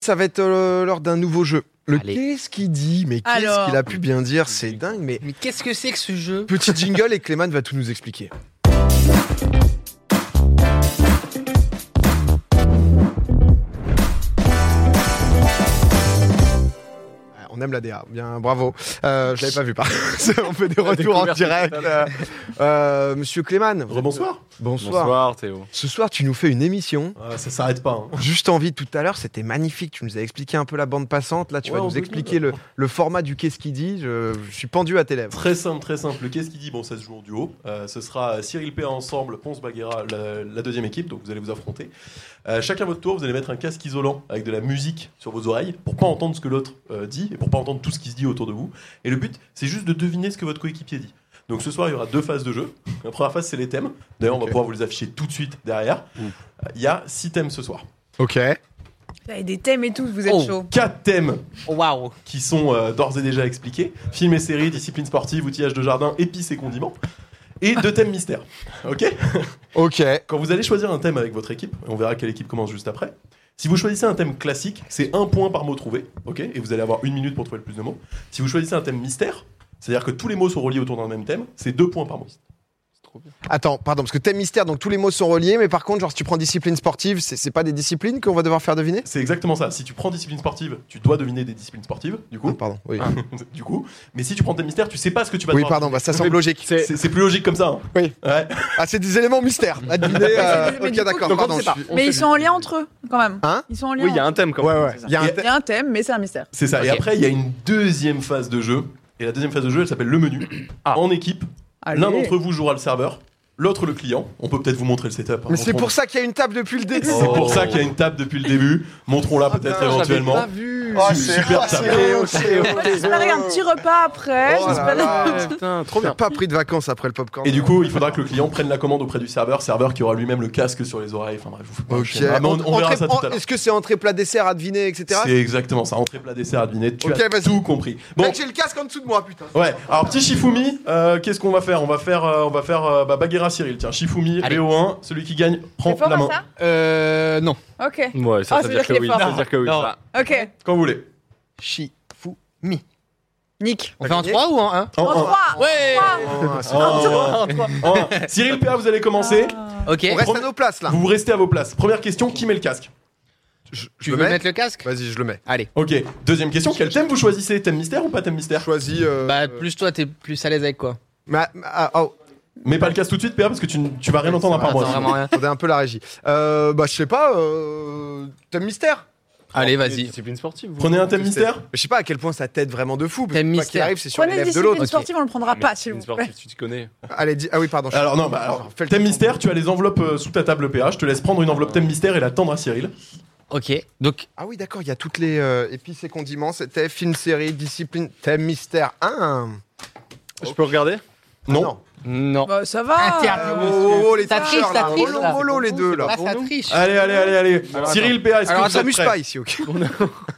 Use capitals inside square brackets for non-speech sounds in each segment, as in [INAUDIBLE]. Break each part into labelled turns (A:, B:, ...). A: ça va être euh, lors d'un nouveau jeu. Le
B: Allez.
A: qu'est-ce qu'il dit Mais qu'est-ce
C: Alors.
A: qu'il a pu bien dire C'est dingue, mais
B: Mais qu'est-ce que c'est que ce jeu
A: petit jingle et Clément va tout nous expliquer. Euh, On aime la DA, bien bravo. Euh, je l'avais pas vu par. [LAUGHS] On fait des retours en
D: découverte
A: direct.
D: totale.
A: Euh, euh, Monsieur Clément, vous êtes-
D: Rebonsoir.
A: Bonsoir.
D: Bonsoir Théo.
A: Ce soir, tu nous fais une émission.
D: Ah, ça s'arrête pas. hein.
A: Juste envie tout à l'heure, c'était magnifique. Tu nous as expliqué un peu la bande passante. Là, tu
D: Ouais,
A: vas
D: on
A: nous
D: peut
A: expliquer le, le format du qu'est-ce qu'il dit. Je, je suis pendu à tes lèvres.
D: Très simple, très simple. Le qu'est-ce qu'il dit Bon, ça se joue en duo. Euh, ce sera Cyril P ensemble, Ponce Baguera, la, la deuxième équipe. Donc vous allez vous affronter. Euh, chacun votre tour, vous allez mettre un casque isolant avec de la musique sur vos oreilles pour pas entendre ce que l'autre euh, dit et pour pas entendre tout ce qui se dit autour de vous. Et le but, c'est juste de deviner ce que votre coéquipier dit. Donc ce soir, il y aura deux phases de jeu. La première phase, c'est les thèmes. D'ailleurs, on va
A: Ok.
D: pouvoir vous les afficher tout de suite derrière. Euh, Il y a six thèmes ce soir.
A: Ok.
C: Vous avez des thèmes et tout, vous êtes
B: Oh.
C: chaud.
D: Quatre thèmes
B: Waouh
D: qui sont euh, d'ores et déjà expliqués films et séries, disciplines sportives, outillage de jardin, épices et condiments. Et deux thèmes mystères. Ok
A: Ok.
D: Quand vous allez choisir un thème avec votre équipe, et on verra quelle équipe commence juste après. Si vous choisissez un thème classique, c'est un point par mot trouvé, ok Et vous allez avoir une minute pour trouver le plus de mots. Si vous choisissez un thème mystère, c'est-à-dire que tous les mots sont reliés autour d'un même thème, c'est deux points par mot.
A: Attends, pardon, parce que thème mystère, donc tous les mots sont reliés, mais par contre, genre, si tu prends discipline sportive, c'est c'est pas des disciplines qu'on va devoir faire deviner
D: C'est exactement ça. Si tu prends discipline sportive, tu dois deviner des disciplines sportives, du
A: Ah,
D: coup. [LAUGHS]
A: Pardon, oui.
D: du coup. Mais si tu prends thème mystère, tu sais pas ce que tu vas
A: oui,
D: devoir
A: pardon, bah, ça semble
D: Mais-
A: logique.
D: C'est c'est plus logique comme ça. hein.
A: Oui.
D: Ouais.
A: Ah, c'est des éléments mystères à [LAUGHS] deviner. euh,
C: Mais
A: ok,
C: du coup,
A: d'accord,
C: donc on
A: pardon.
C: sait pas.
A: je suis-
C: Mais ils sont en lien entre eux, quand même.
A: Hein
C: Ils sont en lien.
E: Oui, il y a
C: entre-
E: un thème quand
A: Ouais,
E: même.
A: ouais. Il y a un
C: Il y a un thème, mais c'est un mystère.
D: C'est ça. Et
B: Ok.
D: après, il y a une deuxième phase de jeu. Et la deuxième phase de jeu, elle s'appelle le menu. En équipe,
C: Allez.
D: l'un d'entre vous jouera le serveur, l'autre le client. On peut peut-être vous montrer le setup. hein.
A: Mais c'est
D: Montrons-
A: pour ça qu'il y a une table depuis le début.
D: C'est pour
E: Oh.
D: ça qu'il y a une table depuis le début. Montrons-la
A: Ah,
D: peut-être éventuellement.
A: vu.
D: Su- super table.
C: Moi, [LAUGHS] je préparerai un petit repas après.
A: Oh
C: je sais
A: là
C: pas.
A: là.
E: Putain, trop
A: On n'a
E: bien.
A: pas pris de vacances après le popcorn.
D: Et du coup, il faudra que le client prenne la commande auprès du serveur, serveur qui aura lui-même le casque sur les oreilles. Enfin bref, je vous fais pas un
A: Ok.
D: schéma. Mais on, on verra
A: Entrée-
D: ça tout à
A: en-
D: l'heure.
A: Est-ce que c'est entrée plat dessert à deviner, etc.
D: C'est exactement ça. Entrée plat dessert à deviner. Tu
A: Ok,
D: as
A: vas-y.
D: tout compris. Bon,
A: Mec, j'ai le casque en dessous de moi, putain.
D: Ouais, alors petit Shifumi, euh, qu'est-ce qu'on va faire On va faire, euh, on va faire euh, bah, Bagheera Cyril. Tiens, Shifumi,
B: Allez.
D: Léo 1, celui qui gagne prend
C: T'es fort
D: la main.
C: à ça
E: Euh, non.
C: Ok.
E: Ouais, ça, ça
C: Ah,
E: veut
C: c'est dire
E: dire que
C: qu'il est
E: oui.
C: fort.
E: Ça veut dire que oui.
B: Non.
E: ça.
C: Ok.
D: Quand vous voulez.
A: Shifumi.
C: Nick.
E: On fait en 3 ou en 1
D: En
C: En
D: un,
C: trois.
E: Ouais
A: [LAUGHS] Oh, c'est-
D: en un, en un. Cyril PA, vous allez commencer.
C: Ah.
B: Ok.
A: On reste à nos places là.
D: Vous restez à vos places. Première question, qui met le casque
A: Je, je
E: Tu
A: le
E: veux
A: mets Euh,
E: mettre le casque
A: Vas-y, je le mets.
E: Allez.
D: Ok. Deuxième question, quel thème vous choisissez Thème mystère ou pas thème mystère
A: Choisis. euh,
B: Bah, plus toi, t'es plus à l'aise avec quoi
A: ma- ma- ah, oh,
D: Mets pas le casque tout de suite, PA, parce que tu, n- tu vas rien entendre à part
E: Attends,
D: moi.
E: vraiment rien.
A: attendez un peu la régie. Euh, bah, je sais pas. Euh, thème mystère.
B: Allez,
E: C'est une
B: vas-y.
E: Discipline sportive. vous.
D: Prenez un thème mystère
A: Mais Je sais pas à quel point ça t'aide vraiment de fou. parce
B: Thème
A: que quoi qu'il
B: mystère.
A: arrive, c'est sur les
C: Prenez
A: lèvres de
C: discipline
A: l'autre.
C: sportive, on le prendra
E: Mais
C: pas, s'il
E: discipline
C: vous plaît.
E: sportive, tu t'y connais.
A: Allez, dis. Ah oui, pardon. je-
D: alors non, bah alors,
A: Fais le
D: thème
A: tour.
D: mystère, tu as les enveloppes euh, sous ta table PA, je te laisse prendre une enveloppe thème mystère et la tendre à Cyril.
B: Ok. Donc,
A: Ah oui, d'accord. Il y a toutes les euh, épices et condiments. C'était film, série, discipline, thème mystère. Hein
E: Je peux regarder
D: Non.
A: non.
E: Non.
C: Bah, ça va.
A: Oh,
B: Interdit.
C: Euh,
A: oh, oh, les
B: Ça triche,
A: tricheurs là.
B: ça triche,
A: Mollo,
B: là.
A: mollo, les deux là.
B: Ah, ça triche.
D: Allez, allez, allez, allez.
E: Alors,
D: Cyril PA, est-ce que
A: Alors, on
D: vous êtes
A: s'amuse
D: prêts
A: pas ici, ok.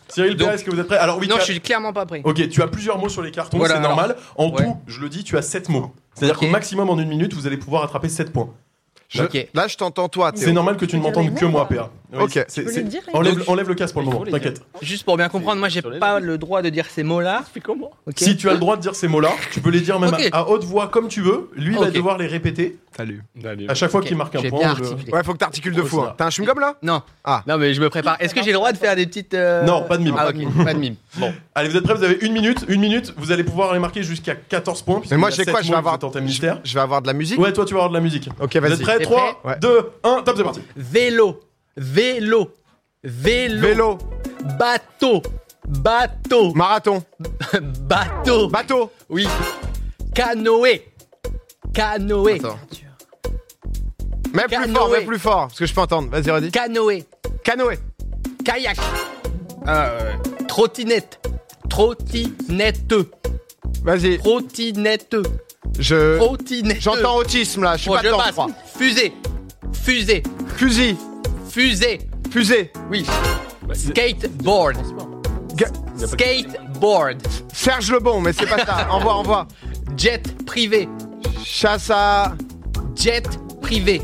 D: Cyril
B: Donc-
D: Pérez, est-ce que vous êtes prêt Alors oui,
B: non,
D: tu
B: je
D: as...
B: suis clairement pas prêt.
D: Ok, tu as plusieurs mots sur les cartons,
B: Voilà,
D: c'est
B: alors.
D: normal. En
B: Ouais.
D: tout, je le dis, tu as 7 mots. C'est-à-dire
B: Ok.
D: qu'au maximum en une minute, vous allez pouvoir attraper 7 points.
A: Je-
B: Ok.
A: Là, je t'entends toi, Théo.
D: C'est normal que tu ne
C: peux dire
D: m'entendes
C: les
D: que
C: mots,
D: moi,
C: là.
D: PA.
A: Ok.
D: c'est- c'est-
C: Tu peux les dire, les
D: Enlève,
B: mots.
D: enlève le casque pour le
E: Il faut
D: moment,
E: les
D: t'inquiète.
B: Juste pour bien comprendre, moi, j'ai
E: Sur les
B: pas
E: lèvres.
B: le droit de dire ces mots-là.
E: Fais comment
B: Ok.
D: Si tu as le droit de dire ces mots-là, tu peux les dire même
B: Ok.
D: à, à haute voix comme tu veux. Lui, il va
B: Ok.
D: devoir les répéter
A: Salut.
E: Allez.
D: à chaque fois
B: Ok,
D: qu'il marque un
B: j'ai
D: point.
B: bien
D: je-
B: articulé.
A: Ouais, faut que t'articules de
D: Oh,
A: fou.
D: ça
A: hein.
D: va.
A: T'as un chewing-gum là
B: Non.
A: Ah.
B: Non, mais je me prépare. Est-ce que j'ai le droit de faire des petites. euh,
D: Non, pas de mime.
B: Ah, ok, pas de mime. Bon.
D: Allez, vous êtes prêts Vous avez une minute. Une minute, vous allez pouvoir les marquer jusqu'à 14 points.
A: Mais
D: puisqu'il
A: moi,
D: y a
A: je sais
D: sept
A: quoi, je
D: mots,
A: vais
D: vous
A: avoir.
D: êtes en thème mystère.
A: Je vais avoir de la musique.
D: Ouais, toi, tu vas avoir de la musique.
A: Ok,
D: Vous êtes
A: vas-y.
D: prêts
B: T'es
D: 3,
A: prêt
D: 2, 1, top, c'est parti.
B: Vélo. Vélo. Vélo.
A: Vélo,
B: Bateau. Bateau.
A: marathon,
B: Bateau.
A: bateau.
B: oui. Canoë. Canoë.
A: Attends. Mais plus
B: Canoë.
A: fort, mais plus fort, parce que je peux entendre. Vas-y, redis.
B: Canoë.
A: Canoë.
B: Kayak.
A: Ah,
B: Trottinette. Trottinette.
A: Vas-y.
B: Trottinette.
A: Je.
B: Trottinette.
A: J'entends autisme là. Je suis
B: Bon,
A: pas
B: Oh, je
A: dedans, je
B: passe.
A: crois.
B: Fusée. Fusée.
A: Fusil,
B: Fusée.
A: fusée,
B: Oui.
E: Bah, c'est-
B: Skateboard.
A: Ga-
B: Skateboard.
A: Serge Lebon, mais c'est pas
D: [LAUGHS]
A: ça. envoie, envoie.
B: Jet privé.
A: Chasse à.
B: Jet privé.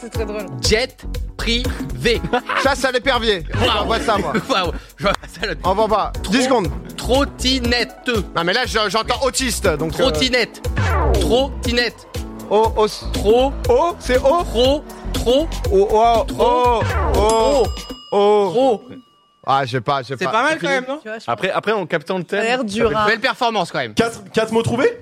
C: C'est très drôle.
B: Jet privé.
A: Chasse à l'épervier. Envoie Ah, ça, moi.
B: [LAUGHS] Waouh. Je vois pas ça là.
A: On va pas. 10 secondes.
B: Trottinette.
A: Non, mais là, je- j'entends autiste. Donc. euh,
B: Trottinette. Trottinette.
A: O, os-
B: Trop.
A: O, c'est O.
B: Trop. Trop.
A: O, O, O,
B: Trop.
A: O,
B: Trop.
A: O. oh,
B: Trop.
A: Ah, je sais pas, je sais
F: C'est
A: pas.
F: pas mal quand
E: fini.
F: même, non
C: Tu vois, je pense
E: Après, après, en captant le
C: que ça a
E: thème.
C: l'air dur. hein.
B: Belle performance quand même.
D: 4, mots trouvés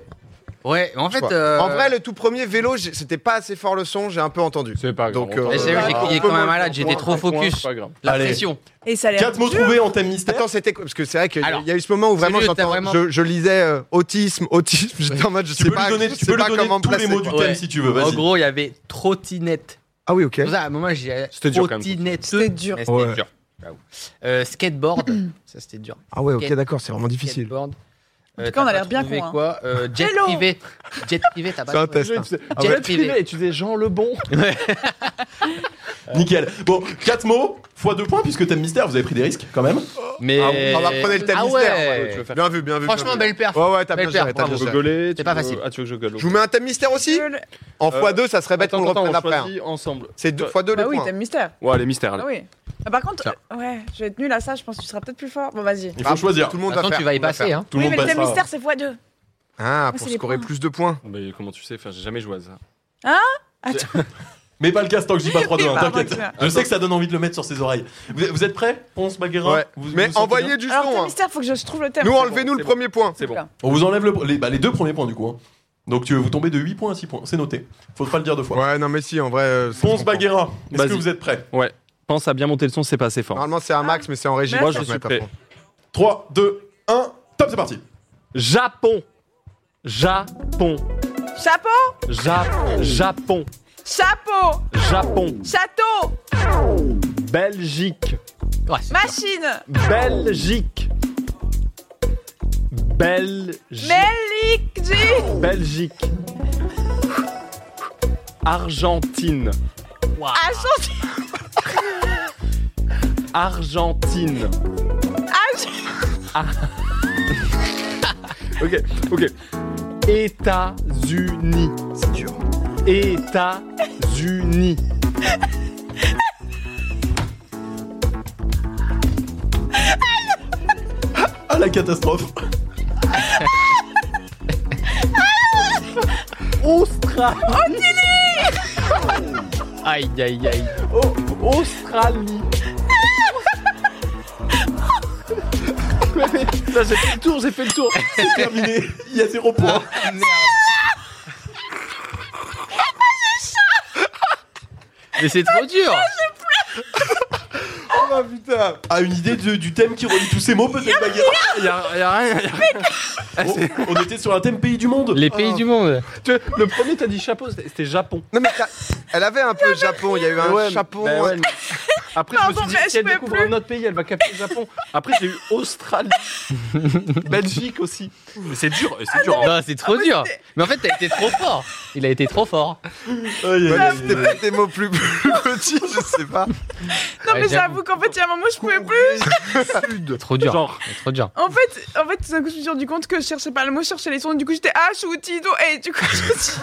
B: Ouais, mais en
A: Je
B: fait.
A: sais pas.
B: euh,
A: En vrai, le tout premier vélo, j'ai- c'était pas assez fort le son, j'ai un peu entendu.
E: C'est pas grave.
A: Donc, euh,
B: Mais c'est vrai, Eh, j'ai crié comme un malade, j'étais trop focus. La
D: Allez.
B: pression.
C: Et ça a l'air
D: 4 mots
C: dur.
D: trouvés en thème mystère.
A: Attends, c'était quoi Parce que c'est vrai qu'il y a-
B: Alors,
A: il y a eu ce moment où vraiment,
B: celui où t'as
A: j'entends-
B: vraiment-
A: je, je lisais euh, autisme, autisme. J'étais en mode, je
D: Tu
A: sais
D: peux
A: pas,
D: lui donner,
A: je
D: tu
A: sais
D: peux lui
A: pas
D: donner
A: comment me
D: tous les
A: placer,
D: mots du
A: quoi.
D: thème
B: Ouais.
D: si tu veux,
B: En
D: vas-y.
B: gros, il y avait trottinette.
A: Ah oui, ok.
B: C'est pour ça, à un moment, j'ai
E: C'était dur, quand même.
B: trottinette.
C: C'était dur.
B: Mais C'était
A: Ouais.
B: dur. J'avoue. Euh, skateboard.
C: [CLEARS THROAT]
B: ça, c'était dur.
A: Ah ouais, ok,
B: Skate-
A: d'accord, c'est vraiment difficile.
B: Skateboard. En
C: tout cas, on a l'air bien con, hein.
B: quoi Euh, Jet
C: Hello.
B: privé. Jet privé, t'as pas
A: C'est un
B: trouvé.
A: test. hein.
B: Ah ouais. privé.
E: Et tu disais Jean le Bon.
D: Euh, Nickel. Bon, 4 mots, fois 2 points, puisque thème mystère, vous avez pris des risques quand même.
E: Mais.
A: Ah, on va prendre le thème
B: Ah
A: mystère,
B: ouais.
E: Tu veux faire-
A: Bien vu, bien vu.
B: Franchement,
A: bien
B: belle perf.
A: vu. Ouais, ouais, t'as bien
B: belle paire,
A: géré, t'as bien
E: Tu veux
A: géré.
E: gueuler
B: C'est
E: tu
B: pas
E: veux-
B: facile.
E: Ah, tu veux que je gueule
A: Je vous mets un thème mystère aussi En
E: Euh,
A: x2, ça serait bête qu'on
E: Attends,
A: le
E: attends,
A: reprenne
E: on
A: après. hein.
E: choisit ensemble.
A: C'est deux fois deux les
C: Bah oui,
A: points.
C: t'aimes mystère.
E: Ouais, les mystères. allez.
C: Ah oui. Ah, par contre,
E: Tiens.
C: euh, ouais, je vais être nul à ça, je pense que tu seras peut-être plus fort. Bon, vas-y.
D: Il faut choisir.
A: Ah, Tout le monde va
B: Attends,
A: faire.
B: tu vas y
A: tout le monde
B: passer.
A: faire.
B: Hein.
D: Tout le monde
C: Oui, mais le
D: passe
C: thème
D: ça.
C: mystère, c'est x2.
A: Ah,
C: Ah,
A: pour
C: c'est les
A: scorer
C: points.
A: plus de points.
E: Mais comment tu sais Enfin, j'ai jamais joué à ça.
D: Mais pas le casse tant que je dis pas 3 2
C: Oui,
D: 1
C: pardon,
D: t'inquiète.
C: c'est vrai.
D: Je sais que ça donne envie de le mettre sur ses oreilles. Vous, vous êtes prêts Ponce, Baguera
A: Ouais.
D: Vous- vous
A: Mais
D: vous sentez bien
A: envoyez du
C: Alors,
A: son.
C: thème
A: hein.
C: mystère, faut que je je trouve le thème.
A: Nous,
C: C'est
A: enlevez-nous le premier point.
E: C'est bon.
C: Plein.
D: On vous enlève le, les, bah, les deux premiers points du coup. hein. Donc tu, vous tombez de 8 points à 6 points, c'est noté. Faudra pas le dire deux fois.
A: Ouais, non, mais si, en vrai. euh, c'est
D: Ponce
A: bon.
D: Baguera, est-ce que
E: Vas-y.
D: vous êtes prêts
E: Pense à bien monter le son, c'est pas assez fort.
A: Normalement, c'est un max, mais c'est en régie.
C: Moi,
E: je
A: Faut se
E: suis
A: mettre à
E: prêt.
A: fond.
D: 3, 2, 1, top, c'est parti
E: Japon. Japon.
C: Chapeau,
E: Ja- Japon.
C: chapeau,
E: Japon.
C: château,
E: Belgique.
B: Ouais, c'est dur.
C: machine,
E: Belgique. Belgique.
C: Melik, G,
E: Belgique. Argentine.
C: Argentine,
E: Argentine.
C: Argentine,
E: Ok, ok. États-Unis.
A: C'est dur.
E: États-Unis.
D: Ah la catastrophe [LAUGHS]
E: Australie.
B: Aïe, aïe, aïe.
E: Au- Australie. Ouais, mais Ça, j'ai fait le tour, j'ai fait le tour.
D: C'est terminé, il y a 0 points
B: Mais c'est trop
A: [LAUGHS]
B: dur.
A: Oh putain.
D: Ah une idée de- du thème qui relie tous ces mots
C: Ah,
D: peut-être Baguera
E: Y'a y'a rien. y a-
D: on, on était sur un thème pays du monde
B: Les pays du [LAUGHS] monde.
E: Tu vois, le premier, t'as dit chapeau, c'était c'était Japon.
A: Non, mais t'as- elle avait un peu Japon. Il y a eu un
E: Ouais, mais-
A: Japon.
E: bah ouais, mais- [LAUGHS] Après, je
C: Pardon,
E: me suis
C: mais
E: dit, si elle
C: je peux
E: découvre
C: plus.
E: un autre pays, elle va capter le Japon. Après, j'ai eu [LAUGHS] Australie, Belgique aussi. Mais c'est dur, c'est dur.
B: Non, c'est trop
C: mais
B: dur. Ah, Mais en fait, t'as été trop fort. Il a été trop fort.
D: Aïe, aïe,
A: Ouais, mais
D: aïe,
A: Bah, C'était
D: aïe.
A: peut-être des mots plus, [LAUGHS] plus petits, je sais pas.
C: Non,
B: Ouais,
C: mais
B: j'avoue.
C: j'avoue qu'en fait, il y a un moment, je pouvais plus.
A: Sud.
B: Trop dur.
E: Genre,
B: C'est Trop dur.
C: En fait, en fait, tout d'un coup, je me suis rendu compte que je cherchais pas le mot, je cherchais les sons. Du coup, j'étais ah, Tido, et du coup, je me suis.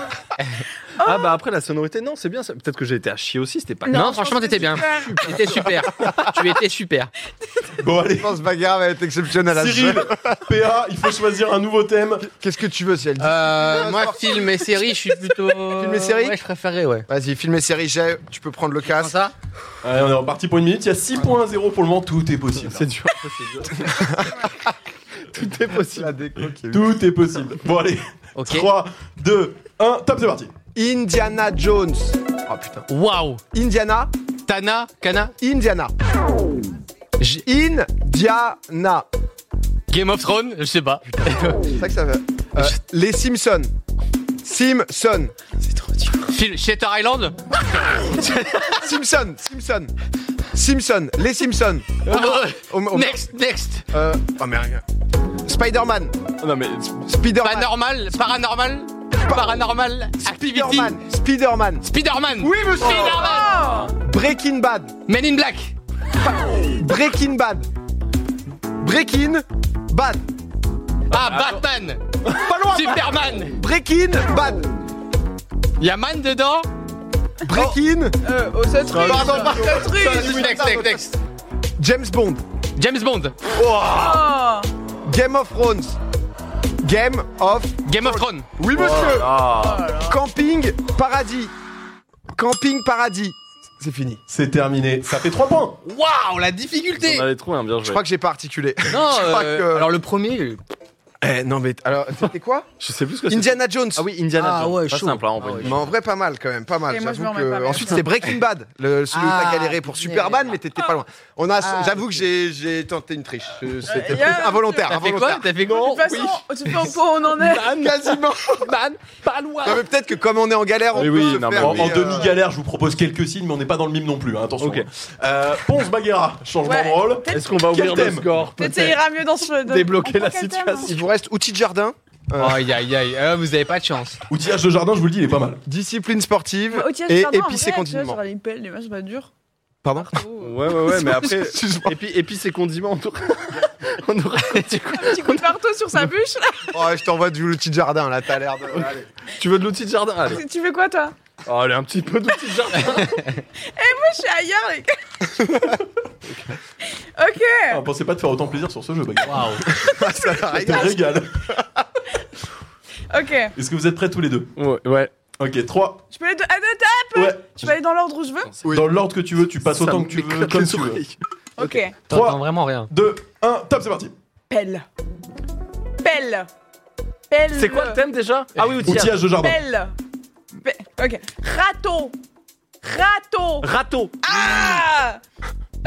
E: ah bah après la sonorité, non, c'est bien. ça. Peut-être que j'ai été à chier aussi, c'était pas.
B: Non,
C: je
B: franchement,
C: pense
B: t'étais
C: que c'est
B: bien.
C: super.
B: T'étais super. tu étais super.
D: [LAUGHS] Bon
A: Je
D: allez
A: pense bagarre va être exceptionnelle à ce
D: Cyril,
A: jeu.
D: [LAUGHS] PA, il faut choisir un nouveau thème.
A: Qu'est-ce que tu veux si elle dit [LAUGHS]
B: Euh, moi, film et série, je suis plutôt. Film
A: et série Ah,
B: Ouais, je préférais, ouais.
A: Vas-y, film et série, j'ai- tu peux prendre le
B: Comme
A: casque.
B: ça
D: Allez, on est reparti pour une minute, il y a 6 points à 0 pour le moment, tout est possible.
E: C'est dur. Tout est possible.
D: Tout est possible. Bon allez,
B: Ok.
D: 3, 2, 1, top, c'est parti
A: Indiana Jones. Oh putain.
B: Waouh.
A: Indiana,
B: Tana, Kana,
A: Indiana.
B: J-
A: Indiana.
B: Game of Thrones, je sais pas.
A: C'est ça que ça veut. Euh, les Simpsons. Simpson.
B: Film Shutter Island
A: Simpson. Simpson. Simpson. Ah, Les Simpsons.
B: Euh,
A: Homer- Homer-
B: Next, next.
A: oh, Euh, oh mais rien. Spider-Man.
E: Non mais
A: Spider-Man.
B: Panormal, paranormal, paranormal, activity.
A: Spider-Man. Spider-Man.
B: Spider-Man.
A: Oui, Ah. monsieur.
B: Spider-Man.
C: Oh,
A: Breaking Bad.
B: Men in Black.
A: Breaking Bad. Breaking Bad.
B: Ah, Batman.
A: Pas loin.
B: Superman.
A: Breaking Bad.
B: Y'a Man dedans.
A: Breaking.
C: Euh, oh, ça truc.
A: Pardon, pardon.
C: Ça truc.
B: Next, next, next.
A: James Bond.
B: James Bond.
C: Oh
A: Game of Thrones. Game of.
B: Game of Thrones.
A: Oui, monsieur.
E: Ah.
A: Camping paradis. Camping paradis. C'est fini.
D: C'est terminé. Ça fait 3 points.
B: Waouh, la difficulté
E: On allait trouver un bien joué.
A: Je crois que j'ai pas articulé.
B: Non,
A: je crois
B: euh,
A: que-
B: alors le premier. euh,
A: Eh, non, mais alors, c'était quoi
E: Je sais plus ce que c'est.
A: Indiana Jones.
E: Ah oui, Indiana
B: Ah
E: Jones.
B: ouais,
E: pas
B: chaud.
E: simple, hein, en
B: Ah
E: vrai.
B: ouais.
A: Mais en vrai, pas mal quand même, pas mal.
C: Et moi, je
A: J'avoue
C: m'en
A: que-
C: remets pas, mais-
A: Ensuite, c'était Breaking Bad, le, celui où t'as
B: Ah,
A: galéré pour
B: punaise.
A: Superman, mais t'étais pas loin. On a,
B: Ah,
A: j'avoue
B: ok.
A: que j'ai, j'ai tenté une triche. Je- C'était
C: Euh, yeah,
A: plus- [LAUGHS] involontaire,
B: T'as fait quoi
A: involontaire.
B: T'as fait quoi
C: De toute façon,
A: [LAUGHS]
C: tu sais pas où on en
B: Bah,
C: est.
A: Quasiment.
B: [LAUGHS] Man, pas loin.
A: Non, mais peut-être que comme on est en galère, on
E: Oui,
A: peut
E: oui,
A: se
E: non, mais
A: faire,
D: En,
E: oui,
A: mais, euh,
D: demi-galère, je vous propose quelques signes, mais on n'est pas dans le mime non plus, hein, attention.
E: Ok.
D: Euh, Ponce Baguera, changement
C: Ouais.
D: de rôle.
E: Est-ce qu'on va
D: Quel
E: ouvrir le
D: thème
E: score
C: Peut-être ça ira mieux dans ce. dans-
E: Débloquer
C: on prend
E: la
C: quel thème,
E: situation.
A: Il vous reste outils de jardin, euh,
B: Aïe aïe aïe, euh, vous avez pas de chance.
D: Outillage de jardin, je vous le dis, il est pas mal.
A: discipline sportive
C: hein Au tirage
A: et
C: jardin, en
A: épicé
C: vrai, tu vois,
A: continuellement.
C: Genre les pelles, les machins, pas dur. Oh.
A: Pardon
C: Partout.
E: Ouais, ouais, ouais, [LAUGHS] mais après.
A: Excuse-moi.
E: Et puis, et puis ces condiments, on aura. [LAUGHS] on aura-
C: Petit coup de partout sur sa bûche. là.
A: [LAUGHS] Oh, je t'envoie du outil de jardin là, t'as l'air de. Allez.
E: Tu veux de l'outil de jardin Allez.
C: Tu fais quoi toi
E: Oh, allez, un petit peu d'outil de jardin.
C: Moi je suis ailleurs les gars. [LAUGHS] ok.
D: Ah, pensez pas de faire autant plaisir sur ce jeu, Baguera.
B: Waouh.
A: Ça la
D: Je te
A: régale.
D: régale.
C: Ok,
D: Est-ce que vous êtes prêts tous les deux
E: ouais, ouais.
D: Ok, 3.
C: je peux aller, de... ah, de- de-
D: Ouais.
C: je peux aller dans l'ordre où je veux
A: Oui.
D: Dans l'ordre que tu veux, tu passes
E: Ça
D: autant
E: me
D: que tu veux,
E: m'éclate
D: comme
E: les
D: tu veux.
E: oreilles.
C: Ok.
B: T'entends
D: 3,
B: vraiment rien.
D: 2, 1, top, c'est parti.
C: Pelle. Pelle. Pelle.
E: C'est quoi le thème déjà Ah oui, outillage.
D: Outillage de jardin.
C: Pelle. Pe- Ok. Râteau. Râteau.
E: Râteau.
C: Ah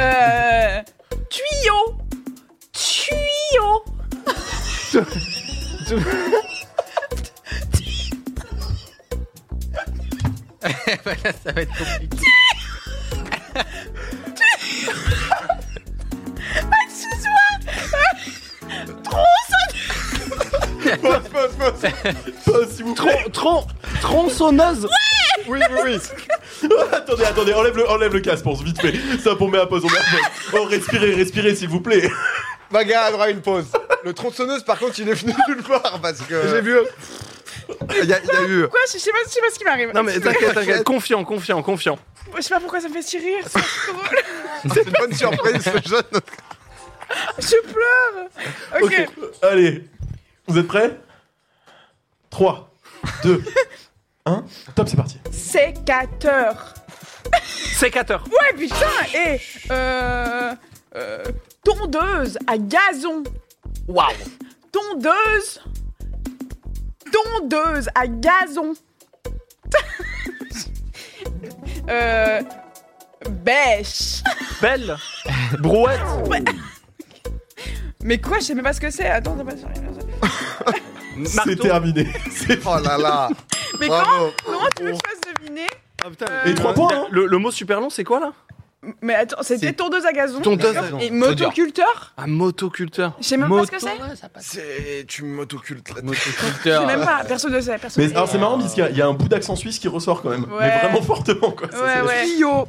C: Euh. Tuyau. Tuyau.
B: Ça va être compliqué.
D: Pause, pause, pause. Pause, s'il vous plaît.
E: Tron, tron, tronçonneuse.
D: Oui, oui, oui. [LAUGHS] attendez, attendez, enlève le, enlève le casque, pense, vite fait. Ça, pour met à pause, on met à pause. Oh, respirez, respirez, s'il vous plaît.
A: Bagarre aura une pause. Le tronçonneuse, par contre, il est venu nulle part parce que.
E: J'ai vu. euh,
A: Il y, a- il y a eu.
C: Quoi je je sais, pas, je sais pas ce qui m'arrive.
E: Non mais
C: Je
E: t'inquiète, t'inquiète. Confiant, confiant, confiant.
C: sais pas pourquoi ça me fait si rire. c'est trop drôle.
A: C'est une bonne surprise, ce jeune.
C: [LAUGHS] je pleure. ok.
D: Allez, vous êtes prêts 3, 2, 1, top, c'est parti.
C: Sécateur.
E: Sécateur.
C: Ouais, putain Et euh, euh, Tondeuse à gazon
E: Waouh.
C: Tondeuse Tondeuse à gazon [LAUGHS] euh, Bêche
E: Belle. Brouette.
C: Mais quoi, je sais même pas ce que c'est Attends, t'as pas j'ai rien à dire.
D: C'est
E: Marteau.
D: terminé. C'est-
A: Oh là là.
C: Mais comment,
A: Bravo.
C: comment tu veux que je fasse deviner
E: Ah, putain,
C: Euh,
E: le-
D: Et trois points, hein.
E: Le, le mot super long, c'est quoi là
C: Mais attends, c'était
B: C'est-
C: tondeuse à gazon
E: Tondeuse à
C: d'accord,
B: gazon.
C: Et
B: Tondeuse.
C: motoculteur
E: Un motoculteur.
C: Je sais même
B: Moto,
C: pas ce que c'est
B: ouais, ça passe.
A: C'est. Tu m'autocultes là.
C: Je
B: Motoculteur.
C: sais même pas, personne ne sait, personne
D: Mais
C: ne
D: alors,
C: sait.
D: c'est marrant parce qu'il y a- il y, a un bout d'accent suisse qui ressort quand même. Mais
C: Ouais.
D: vraiment fortement, quoi. Ça,
C: Ouais,
D: c'est-
C: ouais.
A: Tuyau.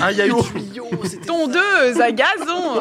E: Ah, il y a eu
D: Tuyau.
C: Tondeuse à
A: [LAUGHS]
C: gazon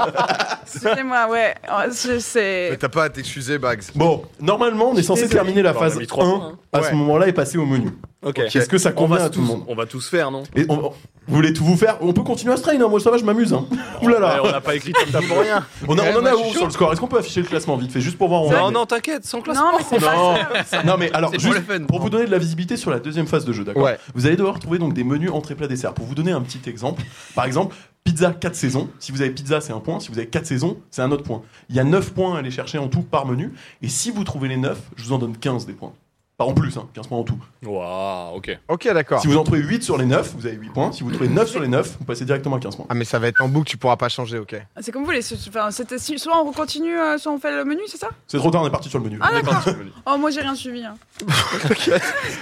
C: Excusez-moi, ouais. je-
A: Mais
C: C'est.
A: t'as pas à t'excuser, Bags.
D: Bon, normalement, on est censé
C: désolé.
D: terminer la
E: Bon, on a
D: phase
E: mis trois
D: 1
E: points,
D: à
A: hein.
D: ce
A: Ouais.
D: moment-là et passer au menu.
E: Ok.
A: Ok.
D: Est-ce que ça
E: On
D: convient
E: va,
D: à
E: tous,
D: tout le monde
E: on va tous faire, non
D: Et on- Vous voulez tout vous faire On peut continuer à se train, hein, moi ça va, je m'amuse. Hein. [LAUGHS] Ouh là là.
E: Ouais, on n'a pas écrit comme ça [LAUGHS] pour rien.
D: On, a- on en
B: Ouais,
D: a
B: moi, je
D: où
B: suis
D: sur
B: chaud.
D: le score Est-ce qu'on peut afficher le classement vite fait juste pour voir en
E: Non,
D: vrai
E: non, t'inquiète, sans classe.
C: Non, mais c'est pas
D: Non. [LAUGHS]
C: ça.
D: Non, mais alors
B: C'est pour
D: juste
B: le fun.
D: pour vous donner de la visibilité sur la deuxième phase de jeu, d'accord
A: Ouais.
D: Vous allez devoir trouver donc des menus entrée plat dessert. Pour vous donner un petit exemple, par exemple pizza 4 saisons. Si vous avez pizza, c'est un point. Si vous avez 4 saisons, c'est un autre point. Il y a 9 points à aller chercher en tout par menu. Et si vous trouvez les 9, je vous en donne 15 des points. Pas en plus, hein, 15 points en tout.
E: Waouh, ok.
A: Ok, d'accord.
D: Si vous en trouvez 8 sur les 9, vous avez 8 points. Si vous trouvez 9 sur les 9, vous passez directement à 15 points.
A: Ah, mais ça va être en boucle, tu pourras pas changer, ok.
C: C'est comme vous voulez. c'est- Enfin, c'était si- soit on continue, euh, soit on fait le menu, c'est ça
D: C'est trop tard, on est parti sur le menu.
C: Ah,
D: On est parti sur le menu.
C: Oh, moi j'ai rien suivi. hein.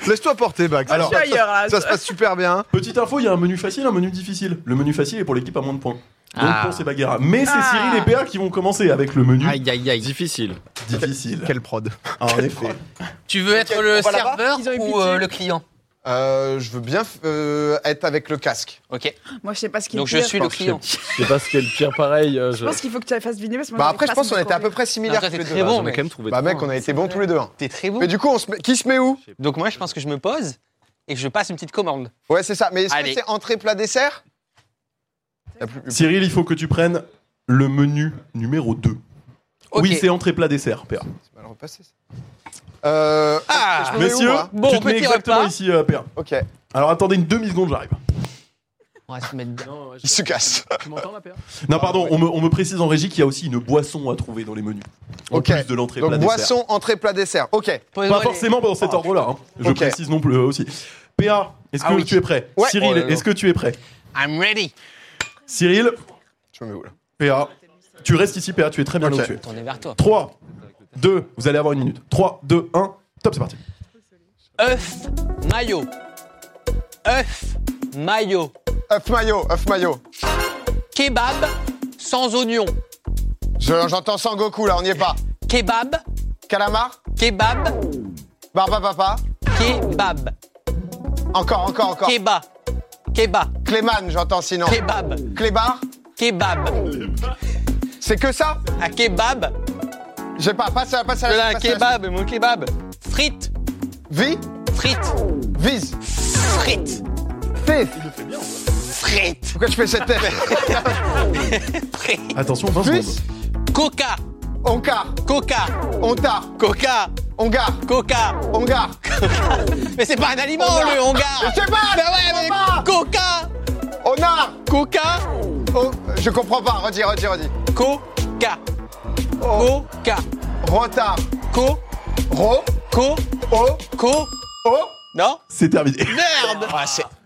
A: Laisse-toi porter, Bags.
D: Alors,
C: je suis ailleurs là.
A: Ça se passe super bien.
D: Petite info, il y a un menu facile, un menu difficile. Le menu facile est pour l'équipe à moins de points. Donc
B: Ah.
D: pour ces bagarres. Mais c'est
C: Ah.
D: Cyril et PA qui vont commencer avec le menu
B: Aïe aïe aïe.
E: Difficile.
D: difficile.
A: Quelle prod.
D: Ah, en effet.
B: Tu veux être
A: Ok,
B: le
A: on va là-bas
B: serveur
C: Ils ont eu
B: ou
C: pitié.
B: euh, le client
A: Euh, je veux bien euh, être avec le casque.
B: Ok.
C: Moi je sais pas ce qu'il
B: Donc
C: me
B: je
C: fait.
B: suis le client.
E: Je sais pas ce qu'est le pire pareil. euh,
C: Je
E: je...
C: pense qu'il faut que tu fasses deviner parce que moi,
A: Bah
C: j'arrive
A: après, je
C: pas
A: pense
C: me
A: qu'on était à peu
C: retrouver.
A: près similaires
B: Non,
A: tous
B: toi,
A: les
B: t'es
A: deux.
B: très bon.
E: on a
B: mec.
E: quand même trouvé.
A: Bah
E: trois,
A: mec, on
E: hein.
A: a été bons tous les deux. hein.
B: T'es très bon.
A: Mais du coup, on se met- qui se met où
B: Donc moi, je pense que je me pose et je passe une petite commande.
A: Ouais, c'est ça. Mais est-ce que
B: Allez.
A: c'est entrée, plat, dessert Y a plus-
D: Cyril, il faut que tu prennes le menu numéro 2.
B: Ok.
D: Oui, c'est entrée plat dessert, PA.
A: C'est mal repassé, ça. Euh,
B: Ah,
A: je me mets où,
D: Messieurs,
A: moi
B: Bon,
D: tu te mets
B: petit
D: exactement
B: repas.
D: ici, euh, PA.
A: Ok,
D: Alors attendez une demi-seconde, j'arrive.
B: On va se mettre bien.
A: il se casse.
E: Tu m'entends, la PA
B: Ah,
D: Non, pardon, on me, on me précise en régie qu'il y a aussi une boisson à trouver dans les menus. En
A: Ok.
D: plus de l'entrée plat
A: Donc
D: dessert.
A: boisson, entrée, plat, dessert. Ok.
D: Pas forcément dans cet ordre-là, hein. je
A: Ok.
D: précise non plus euh, aussi. PA, est-ce que
B: Ah oui.
D: tu es prêt
A: Ouais.
D: Cyril,
B: Oh là là.
D: est-ce que tu es prêt
B: I'm ready.
D: Cyril,
A: Je me mets où là
D: PA, tu restes ici, PA, tu es très bien
A: Ok.
D: là où tu es.
B: Tournez vers toi.
D: 3, 2, vous allez avoir une minute. 3, 2, 1, top, c'est parti.
B: œuf, maillot. œuf, maillot.
A: Œuf maillot, œuf maillot.
B: Kebab sans oignon.
A: Je- J'entends Sangoku là, on n'y est pas.
B: Kebab,
A: Calamar,
B: kebab,
A: Barba Papa,
B: kebab.
A: encore, encore, encore.
B: Kebab, kebab,
A: Cléman, j'entends sinon.
B: kebab,
A: Clébar,
B: kebab.
A: c'est que ça
B: Un kebab,
A: J'ai pas, passe à passe à
B: voilà, un
A: passe à-
B: kebab, mon kebab. Frites,
A: Vie,
B: frites,
A: vise,
B: frites,
A: tête.
B: frites,
A: Pourquoi tu fais cette tête
B: [LAUGHS] frites.
D: Attention, 20
A: Suisse,
D: secondes.
B: Coca,
A: Oncar,
B: coca,
A: Ontar,
B: coca,
A: Ongar,
B: coca. [LAUGHS]
A: Ongar.
B: Mais c'est pas un aliment,
A: Hongar.
B: le hangar.
A: Je sais pas, je
B: Mais Bah ouais,
A: sais
B: mais
A: pas.
B: coca,
A: Onar
B: coca,
A: oh, Je comprends pas, redis, redis, redis.
B: coca,
A: Oh,
B: coca,
A: Rotard,
B: co,
A: Ro,
B: co,
A: O,
B: co.
A: O.
B: Non
D: C'est terminé.
B: Merde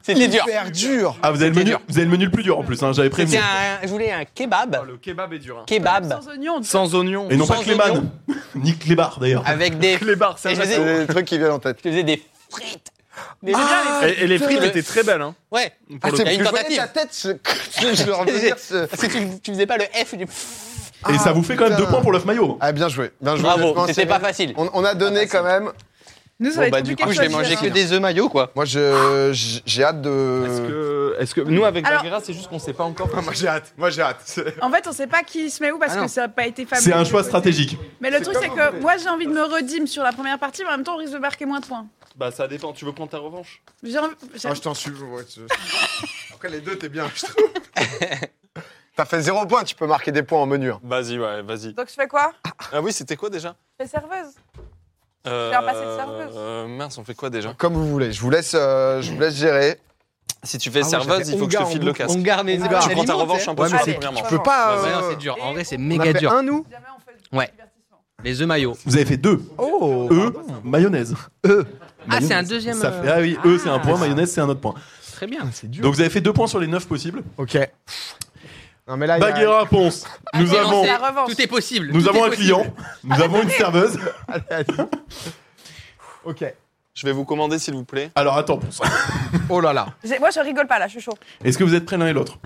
B: C'était dur.
A: Hyper dur.
D: Ah, vous avez, le
B: C'était
D: menu,
B: dur.
D: vous avez le menu le plus dur en plus, hein, j'avais prévenu.
B: C'était un, je voulais un kebab,
E: Le kebab est dur. hein.
B: kebab,
C: Sans oignons.
E: Sans oignons.
D: Et non pas
B: sans
D: Cléman,
B: oignon.
D: [LAUGHS] ni Clébar d'ailleurs.
B: avec des...
E: Les barres, ça
B: Et je
E: va.
B: les ai-
A: C'est les trucs qui viennent en tête.
B: Je faisais des frites. Des
E: Et, et les frites
B: Le-
E: étaient très belles. Hein,
B: Ouais.
E: pour le
B: c'est-
E: coup.
B: Il y a une
A: parce que [LAUGHS]
B: tentative.
A: Je voyais ta tête, ce- je leur veux dire ce...
B: Parce que tu, tu faisais pas le F du...
D: Et ça vous fait quand même
A: Ah, putain.
D: deux points pour l'œuf maillot.
A: Ah, bien joué, bien joué. honnêtement,
B: Bravo, c'était
A: c'est-
B: pas facile. Ah, bah,
A: On, on a donné quand même.
C: Nous, ça va
B: Bon
C: être
B: bah du
C: compliqué
B: coup,
C: de
B: je vais
C: choisir,
B: manger que
C: hein.
B: des œufs maillots, quoi.
A: Moi, je- j- j'ai hâte
E: Est-ce
A: de.
E: que, est-ce que nous avec
C: Alors-
E: Bagheera, c'est juste qu'on sait pas encore.
A: Ah, Moi, j'ai hâte. Moi, j'ai hâte.
C: En fait, on sait pas qui se met où parce
B: Ah non.
C: que ça n'a pas été fabriqué.
D: C'est un choix stratégique.
C: Mais le
A: C'est
C: truc, c'est
A: comme
C: que
A: un-
C: moi, j'ai envie de me redime sur la première partie, mais en même temps, on risque de marquer moins de points.
E: Bah ça dépend. Tu veux prendre ta revanche
C: J'ai envie- j'ai-
A: Ah, je t'en suis. je vois, tu- Après, les deux, t'es bien, je trouve.
B: [LAUGHS]
A: T'as fait zéro point, tu peux marquer des points en menu. hein.
E: Vas-y, ouais, vas-y.
C: Donc, je fais quoi
E: Ah oui, c'était quoi déjà
C: Je fais serveuse.
E: euh,
C: Faire passer le serveuse.
E: euh, mince, on fait quoi déjà
A: Comme vous voulez. Je vous laisse, euh, je vous laisse gérer.
E: Si tu fais
A: Ah ouais,
E: serveuse,
A: j'avais
E: il faut que je
A: Hongar
E: te
A: en
E: file le
A: boucle.
E: casque.
B: garde mes
C: Tu prends
E: Tu prends ta revanche un peu
A: Ouais,
E: sur
A: mais
E: ça,
C: c'est-
A: Je
E: premièrement.
A: peux pas.
C: Ouais,
B: Ah Ouais, Bah, non,
A: euh,
B: c'est dur. En vrai, c'est
A: on a fait
B: méga dur.
A: un nous.
C: Jamais on fait du
B: Ouais.
C: divertissement.
B: Les œufs maillots.
D: Vous avez fait deux.
A: Oh.
D: E, mayonnaise.
A: E.
B: Ah, c'est un
D: Mayonnaise.
B: deuxième.
D: Ça
B: euh,
D: fait- ah oui, E c'est un
B: ah,
D: point, mayonnaise c'est un autre point.
B: Très bien.
A: C'est dur.
D: Donc vous avez fait deux points sur les neuf possibles.
A: Ok. Non mais là, il y a-
D: Baguera, Ponce, nous
B: c'est
D: avons,
B: lancé.
C: La revanche.
B: Tout est possible.
D: nous
B: tout
D: avons
B: est
D: un
B: possible.
D: client,
B: [LAUGHS]
D: nous avons une serveuse.
A: Allez, allez. ok.
E: Je vais vous commander s'il vous plaît.
D: Alors attends, Ponce.
A: Oh là là.
C: J'ai- Moi, je rigole pas là, je suis chaud.
D: Est-ce que vous êtes prêts l'un et l'autre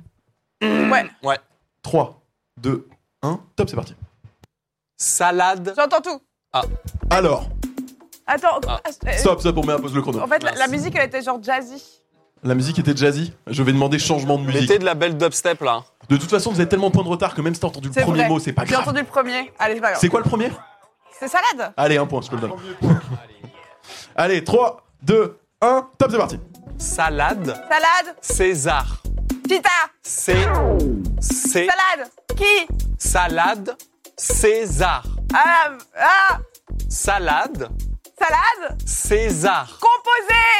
C: Mmh. Ouais,
D: 3, 2, 1, top, c'est parti.
E: Salade.
C: j'entends tout.
D: Alors,
C: Attends,
E: Ah,
C: euh,
D: stop, stop, on met un pause le chrono.
C: en fait, la,
E: mince.
C: la musique, elle était genre jazzy.
D: La musique était jazzy, je vais demander changement de musique.
E: Mettez de la belle dubstep là.
D: De toute façon, vous avez tellement de points de retard que même si t'as entendu le
C: C'est
D: premier
C: vrai.
D: mot, c'est pas
C: J'ai
D: grave.
C: entendu le premier. Allez, c'est pas grave.
D: C'est quoi le premier
C: C'est salade
D: Allez, un point, je te le donne. Allez, 3, 2, 1, top, c'est parti.
E: Salade.
C: Salade
E: César.
C: Pita
E: C'est. C'est.
C: Salade Qui
E: Salade. César.
C: Ah, ah
E: Salade.
C: Salade
E: César.
C: Composée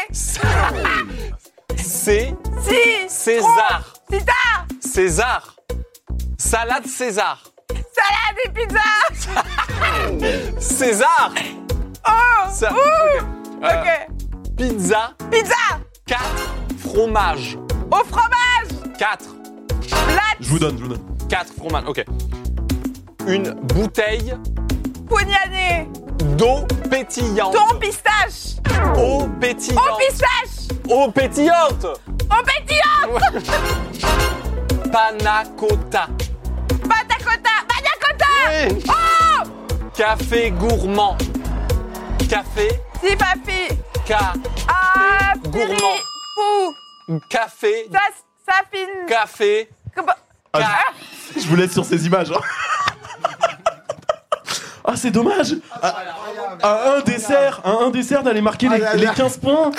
E: C'est.
C: Si
E: César.
C: Pita
E: César. Salade César.
C: Salade et pizza
E: César.
C: Oh
E: Ça-
C: ouh,
E: ok.
C: Ok.
E: Euh, Pizza.
C: Pizza
E: 4. Fromage.
C: Au fromage
E: 4.
D: Je vous donne, je vous donne.
E: 4 fromages. Ok. Une bouteille
C: Poignanée
E: d'eau pétillante.
C: Ton pistache
E: Eau pétillante.
C: Au pistache
E: Eau pétillante.
C: Au pétillant
E: Panacota.
C: Patacota Patacota
E: Café gourmand. Café.
C: Si papi
E: Ca.
C: Ah
E: Gourmand.
C: Piri Pou
E: Café.
C: Ça, ça fine
E: Café.
D: Ah,
E: Ca.
D: je vous laisse sur ces images. hein. [LAUGHS] Ah, c'est dommage à, à un dessert, à un dessert d'aller marquer
A: Ah
D: les,
A: là Ah.
D: les
A: là.
D: 15 points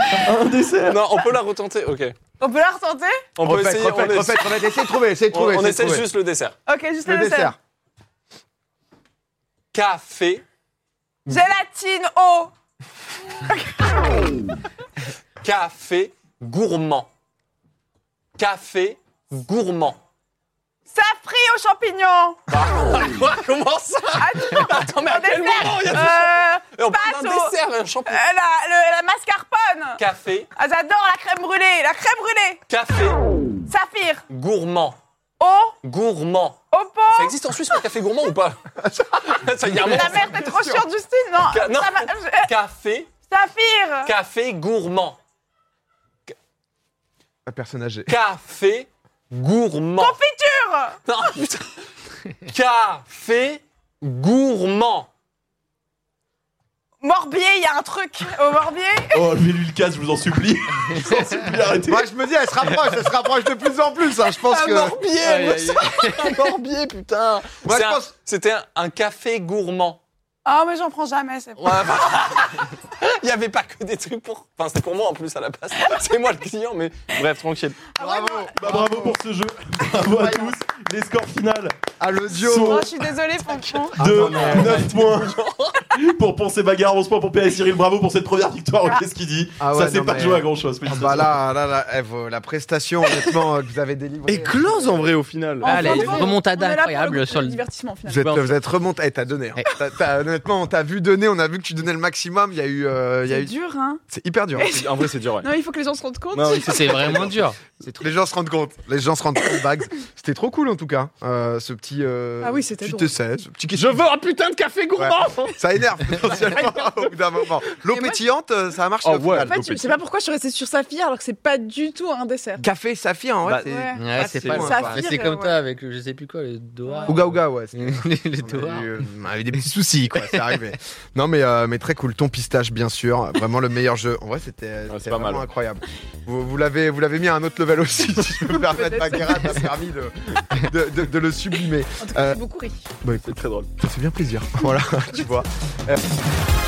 D: À un dessert
E: Non, on peut la retenter. Ok.
C: On peut la retenter
F: On peut
A: Refaites,
F: essayer. on
A: refaites,
F: ess-
A: refaites, refaites. Essayez de trouver, essayez de
F: on-
A: trouver.
F: on
A: essayez de
F: essaie
A: trouver.
F: juste le dessert.
C: Ok, juste
A: le dessert.
F: Café.
C: Gélatine, eau
F: Café gourmand. Café gourmand.
C: Safri aux champignons
F: Quoi Comment ça
C: Attends, mais à quel moment
F: Et On parle
C: Pâte
F: d'un
C: au-
F: dessert, un champignon.
C: Euh, la, le- la mascarpone
F: Café,
C: Ah, J'adore la crème brûlée La crème brûlée
F: café
C: Saphir
F: gourmand.
C: Eau
F: Gourmand.
C: Au
F: Ça
C: pot
F: existe en Suisse, le café gourmand
A: [LAUGHS]
F: ou pas Ça y a un moment.
C: La merde, t'es trop sûre, Justine Non,
F: Ca- non.
C: ça va- je- euh,
F: Café,
C: Saphir
F: café gourmand.
A: Un personnage.
F: Café gourmand.
C: Confiture
F: Non, putain. Café gourmand.
C: Morbier, il y a un truc au Morbier
D: Oh, enlevez-lui le casque, je vous
A: [LAUGHS]
D: en supplie. je vous en supplie, arrêtez.
A: Moi, je me dis, elle se rapproche, elle se rapproche de plus en plus. hein. Je
C: Ah
A: pense que.
F: morbier,
E: Aïe, aïe, aïe.
F: un morbier, putain.
A: Moi,
F: C'est
A: je
F: un-
A: pense-
F: C'était un, un café gourmand.
C: Oh, mais j'en prends jamais, c'est
F: Ouais, bah, [LAUGHS] Il n'y avait pas que des trucs pour. Enfin, c'était pour moi en plus à la base. C'est moi le client, mais bref, tranquille.
C: Ah
A: Bravo.
D: Bah, bravo pour ce jeu. Bravo à tous. Les scores finales
A: À l'audio.
D: Son-
C: Oh, je suis désolée, Pompon.
A: Ah, non,
D: de
A: mais-
D: 9 points pour Ponce et Bagarre, 11 points pour PS Cyril. Bravo pour cette première victoire. Oh, Qu'est-ce qu'il dit
A: Ah ouais,
D: Ça, c'est
A: non,
D: pas
A: mais-
D: joué à grand chose.
A: Ah bah là, là, là, eh, vos- la prestation, honnêtement, euh, que vous avez délivrée.
E: Éclose en vrai au final.
C: Enfin,
G: Allez,
C: bon,
G: remontada
C: on est là pour
G: incroyable
C: le
G: sur le-
C: divertissement, finalement.
A: Vous êtes,
G: Ouais, en
A: vous êtes remonté. Eh, t'as donné. hein.
G: Eh.
A: T'as- t'as- honnêtement, on t'a vu donner, on a vu que tu donnais le maximum. Il y a eu. euh, il y a
C: C'est
A: eu...
C: dur, hein
A: C'est hyper dur.
E: En vrai, c'est dur, ouais.
C: Non, il faut que les gens se rendent compte.
E: Non, oui,
G: C'est vraiment dur. C'est trop-
A: Les gens se rendent compte. Les gens se rendent compte, Bags. C'était trop cool en tout cas. euh, ce petit. euh,
C: Ah oui, c'était
A: Tu
C: drôle.
A: t'essaies, ce petit
E: Je veux un putain de café gourmand
A: Ça énerve potentiellement au bout d'un moment. L'eau
C: Et moi-
A: pétillante, euh, ça a marché
E: Oh,
A: au final.
E: ouais.
C: En fait, je sais pas pourquoi je suis restée sur Saphir alors que c'est pas du tout un dessert.
A: Café saphir, en vrai.
E: Bah,
A: c'est-
C: Ouais.
G: Ouais, c'est
E: c'est
G: pas
E: bon,
G: loin.
C: ça
G: Mais
C: vire,
G: c'est comme
C: ouais.
G: toi avec le je sais plus quoi, le Doha. [LAUGHS]
A: Ouga ouga, ouais. c'est-
G: Le le
A: On a
G: Doha.
A: eu, euh, on a eu des petits soucis, quoi, c'est arrivé. Non, mais, euh, mais très cool. Ton pistache, bien sûr. Vraiment le meilleur jeu. En vrai, c'était
E: c'est
A: c'était
E: pas
A: vraiment
E: mal.
A: incroyable. Vous, vous l'avez vous l'avez mis à un autre level aussi, si je peux me permettre.
C: Peut-être.
A: Bagheera t'a permis de, de, de- de le sublimer.
C: En tout
A: Euh,
C: cas, j'ai beaucoup ri.
A: Bah écoute,
E: C'est très drôle.
A: ça fait bien plaisir. Voilà, tu vois. Euh,